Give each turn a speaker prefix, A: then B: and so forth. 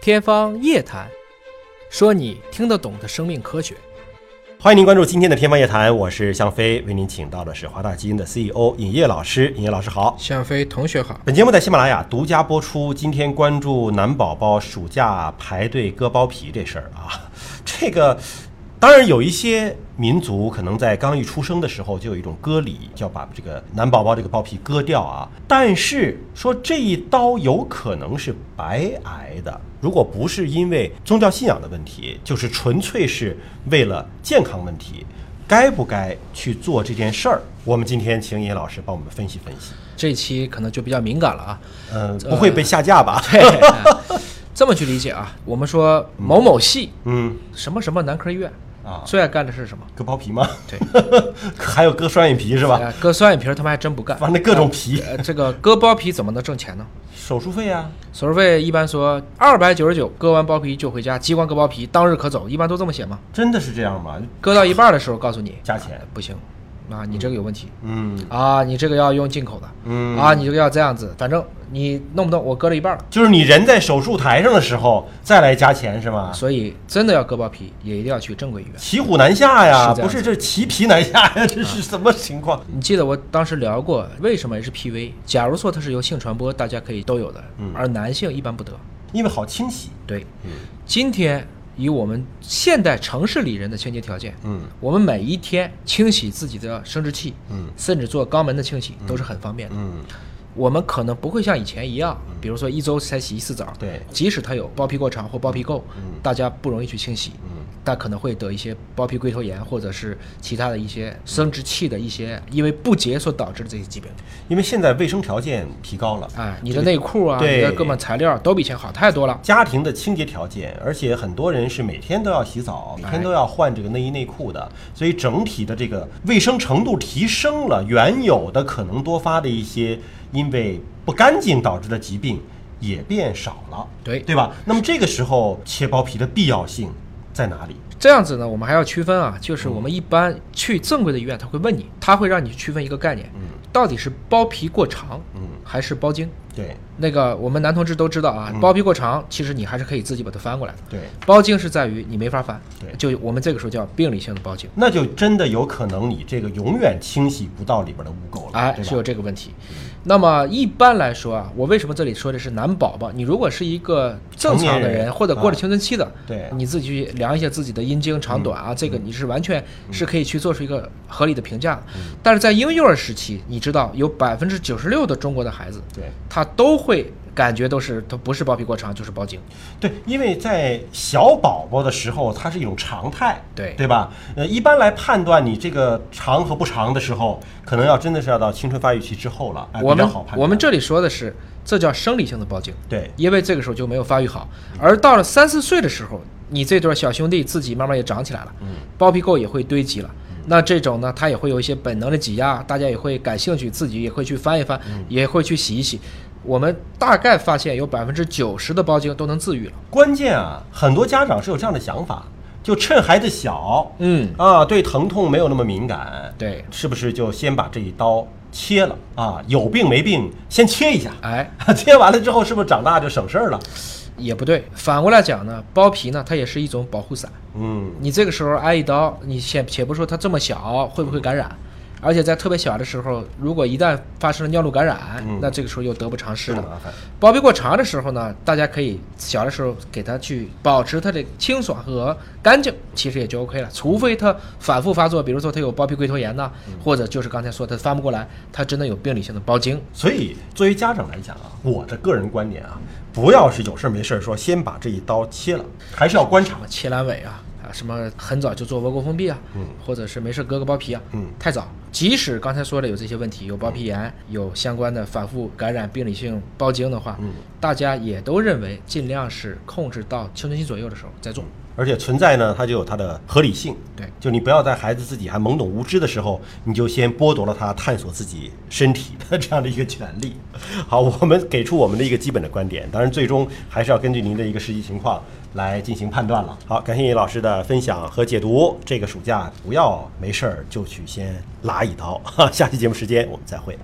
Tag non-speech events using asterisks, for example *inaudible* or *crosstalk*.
A: 天方夜谭，说你听得懂的生命科学。
B: 欢迎您关注今天的天方夜谭，我是向飞，为您请到的是华大基因的 CEO 尹烨老师。尹烨老师好，
A: 向飞同学好，
B: 本节目在喜马拉雅独家播出。今天关注男宝宝暑假排队割包皮这事儿啊， *laughs* 这个当然有一些民族可能在刚一出生的时候就有一种割礼，要把这个男宝宝这个包皮割掉啊。但是说这一刀有可能是白挨的，如果不是因为宗教信仰的问题，就是纯粹是为了健康问题。该不该去做这件事儿？我们今天请尹老师帮我们分析分析。
A: 这期可能就比较敏感了啊。
B: 嗯，不会被下架吧？
A: 对，哎这么去理解啊，我们说某某系
B: *laughs* 嗯，
A: 什么什么男科医院
B: 啊
A: 最爱干的是什么？
B: 割包皮吗？
A: 对，
B: *laughs* 还有割双眼皮是吧？
A: 哎割双眼皮儿他们还真不干。
B: 反正各种皮，
A: 呃，这个割包皮怎么能挣钱呢？
B: 手术费啊，
A: 手术费一般说二百九十九，割完包皮就回家，激光割包皮当日可走，一般都这么写吗？
B: 真的是这样吗？
A: 割到一半的时候告诉你
B: 加钱
A: 呃不行，啊，你这个有问题，
B: 嗯
A: 啊，你这个要用进口的，
B: 嗯
A: 啊，你这个要这样子，反正你弄不弄，我割了一半了。
B: 就是你人在手术台上的时候再来加钱是吗？
A: 所以真的要割包皮，也一定要去正规医院。
B: 骑虎难下呀，
A: 是这样嗯
B: 不是这骑皮难下呀，这是什么情况？
A: 你记得我当时聊过，为什么 HPV？假如说它是由性传播，大家可以都有的，
B: 嗯
A: 而男性一般不得。
B: 因为好清洗，
A: 对，
B: 嗯
A: 今天以我们现代城市里人的清洁条件，
B: 嗯
A: 我们每一天清洗自己的生殖器，
B: 嗯
A: 甚至做肛门的清洗，都是很方便的。
B: 嗯，
A: 我们可能不会像以前一样，比如说一周才洗一次澡。
B: 对嗯
A: 即使它有包皮过长或包皮垢，大家不容易去清洗，但可能会得一些包皮龟头炎或者是其他的一些生殖器的一些因为不洁所导致的这些疾病。
B: 因为现在卫生条件提高了，
A: 哎，你的内裤啊，
B: 对
A: 你的各种材料都比以前好太多了。
B: 家庭的清洁条件，而且很多人是每天都要洗澡，
A: 哎
B: 每天都要换这个内衣内裤的，所以整体的这个卫生程度提升了，原有的可能多发的一些因为不干净导致的疾病也变少了，
A: 对
B: 对吧？那么这个时候切包皮的必要性在哪里？
A: 这样子呢，我们还要区分啊，就是
B: 嗯
A: 我们一般去正规的医院，他会问你，他会让你区分一个概念，
B: 嗯
A: 到底是包皮过长，还是包茎？
B: 对
A: 那个我们男同志都知道啊，
B: 嗯
A: 包皮过长，其实你还是可以自己把它翻过来的。
B: 对，
A: 包茎是在于你没法翻，
B: 对
A: 就我们这个时候叫病理性的包茎，
B: 那就真的有可能你这个永远清洗不到里边的污垢了，
A: 哎，
B: 啊对
A: 是
B: 吧？嗯
A: 有这个问题。那么一般来说啊，我为什么这里说的是男宝宝？你如果是一个正
B: 成
A: 常
B: 年
A: 的
B: 人
A: 人，或者过了
B: 啊
A: 青春期的，
B: 对嗯
A: 你自己去量一下自己的阴茎长短啊，这个你是完全是可以去做出一个合理的评价的。
B: 嗯
A: 但是在婴幼儿时期，你知道有百分之九十六的中国的孩子，
B: 对。
A: 他都会感觉都是他不是包皮过长就是包茎，
B: 对，因为在小宝宝的时候，它是一种常态，
A: 对
B: 对吧？呃，一般来判断你这个长和不长的时候，可能要真的是要到青春发育期之后了，哎，
A: 我
B: 比较
A: 们
B: 好判断。
A: 我们这里说的是，这叫生理性的包茎，
B: 对
A: 因为这个时候就没有发育好，而到了三四岁的时候，你这对小兄弟自己慢慢也长起来
B: 嗯
A: 了，包皮垢也会堆积了。那这种呢，它也会有一些本能的挤压，大家也会感兴趣，自己也会去翻一翻，
B: 嗯
A: 也会去洗一洗。我们大概发现有百分之九十的包茎都能自愈了。
B: 关键啊，很多家长是有这样的想法，就趁孩子小，
A: 嗯，
B: 啊，对疼痛没有那么敏感，
A: 对，
B: 是不是就先把这一刀切了啊？有病没病，先切一下， *laughs*
A: 哎，
B: 切完了之后是不是长大就省事儿了？
A: 也不对。反过来讲呢，包皮呢，它也是一种保护伞。
B: 嗯，
A: 你这个时候挨一刀，你且且不说它这么小会不会感染，而且在特别小的时候，如果一旦发生了尿路感染，那这个时候又得不偿失
B: 这么
A: 了。
B: 麻烦。
A: 包皮过长的时候呢，大家可以小的时候给它去保持它的清爽和干净，其实也就 OK 了。除非它反复发作，比如说它有包皮龟头炎呐、或者就是刚才说它翻不过来，它真的有病理性的包茎。
B: 所以，作为家长来讲啊，我的个人观点啊，不要是有事儿没事儿说先把这一刀切了，还是要观察
A: 什。么切阑尾啊，啊什么很早就做窝沟封闭啊，或者是没事割个包皮啊，
B: 嗯
A: 太早。即使刚才说的有这些问题，有包皮炎，有相关的反复感染病理性包茎的话，大家也都认为尽量是控制到青春期左右的时候再做。
B: 而且存在呢，它就有它的合理性。
A: 对
B: 就你不要在孩子自己还懵懂无知的时候，你就先剥夺了他探索自己身体的这样的一个权利。 *laughs* 好，我们给出我们的一个基本的观点，当然最终还是要根据您的一个实际情况来进行判断了。好，感谢尹老师的分享和解读。 *laughs* 这个暑假不要没事儿就去先拉一刀。哈，下期节目时间我们再会。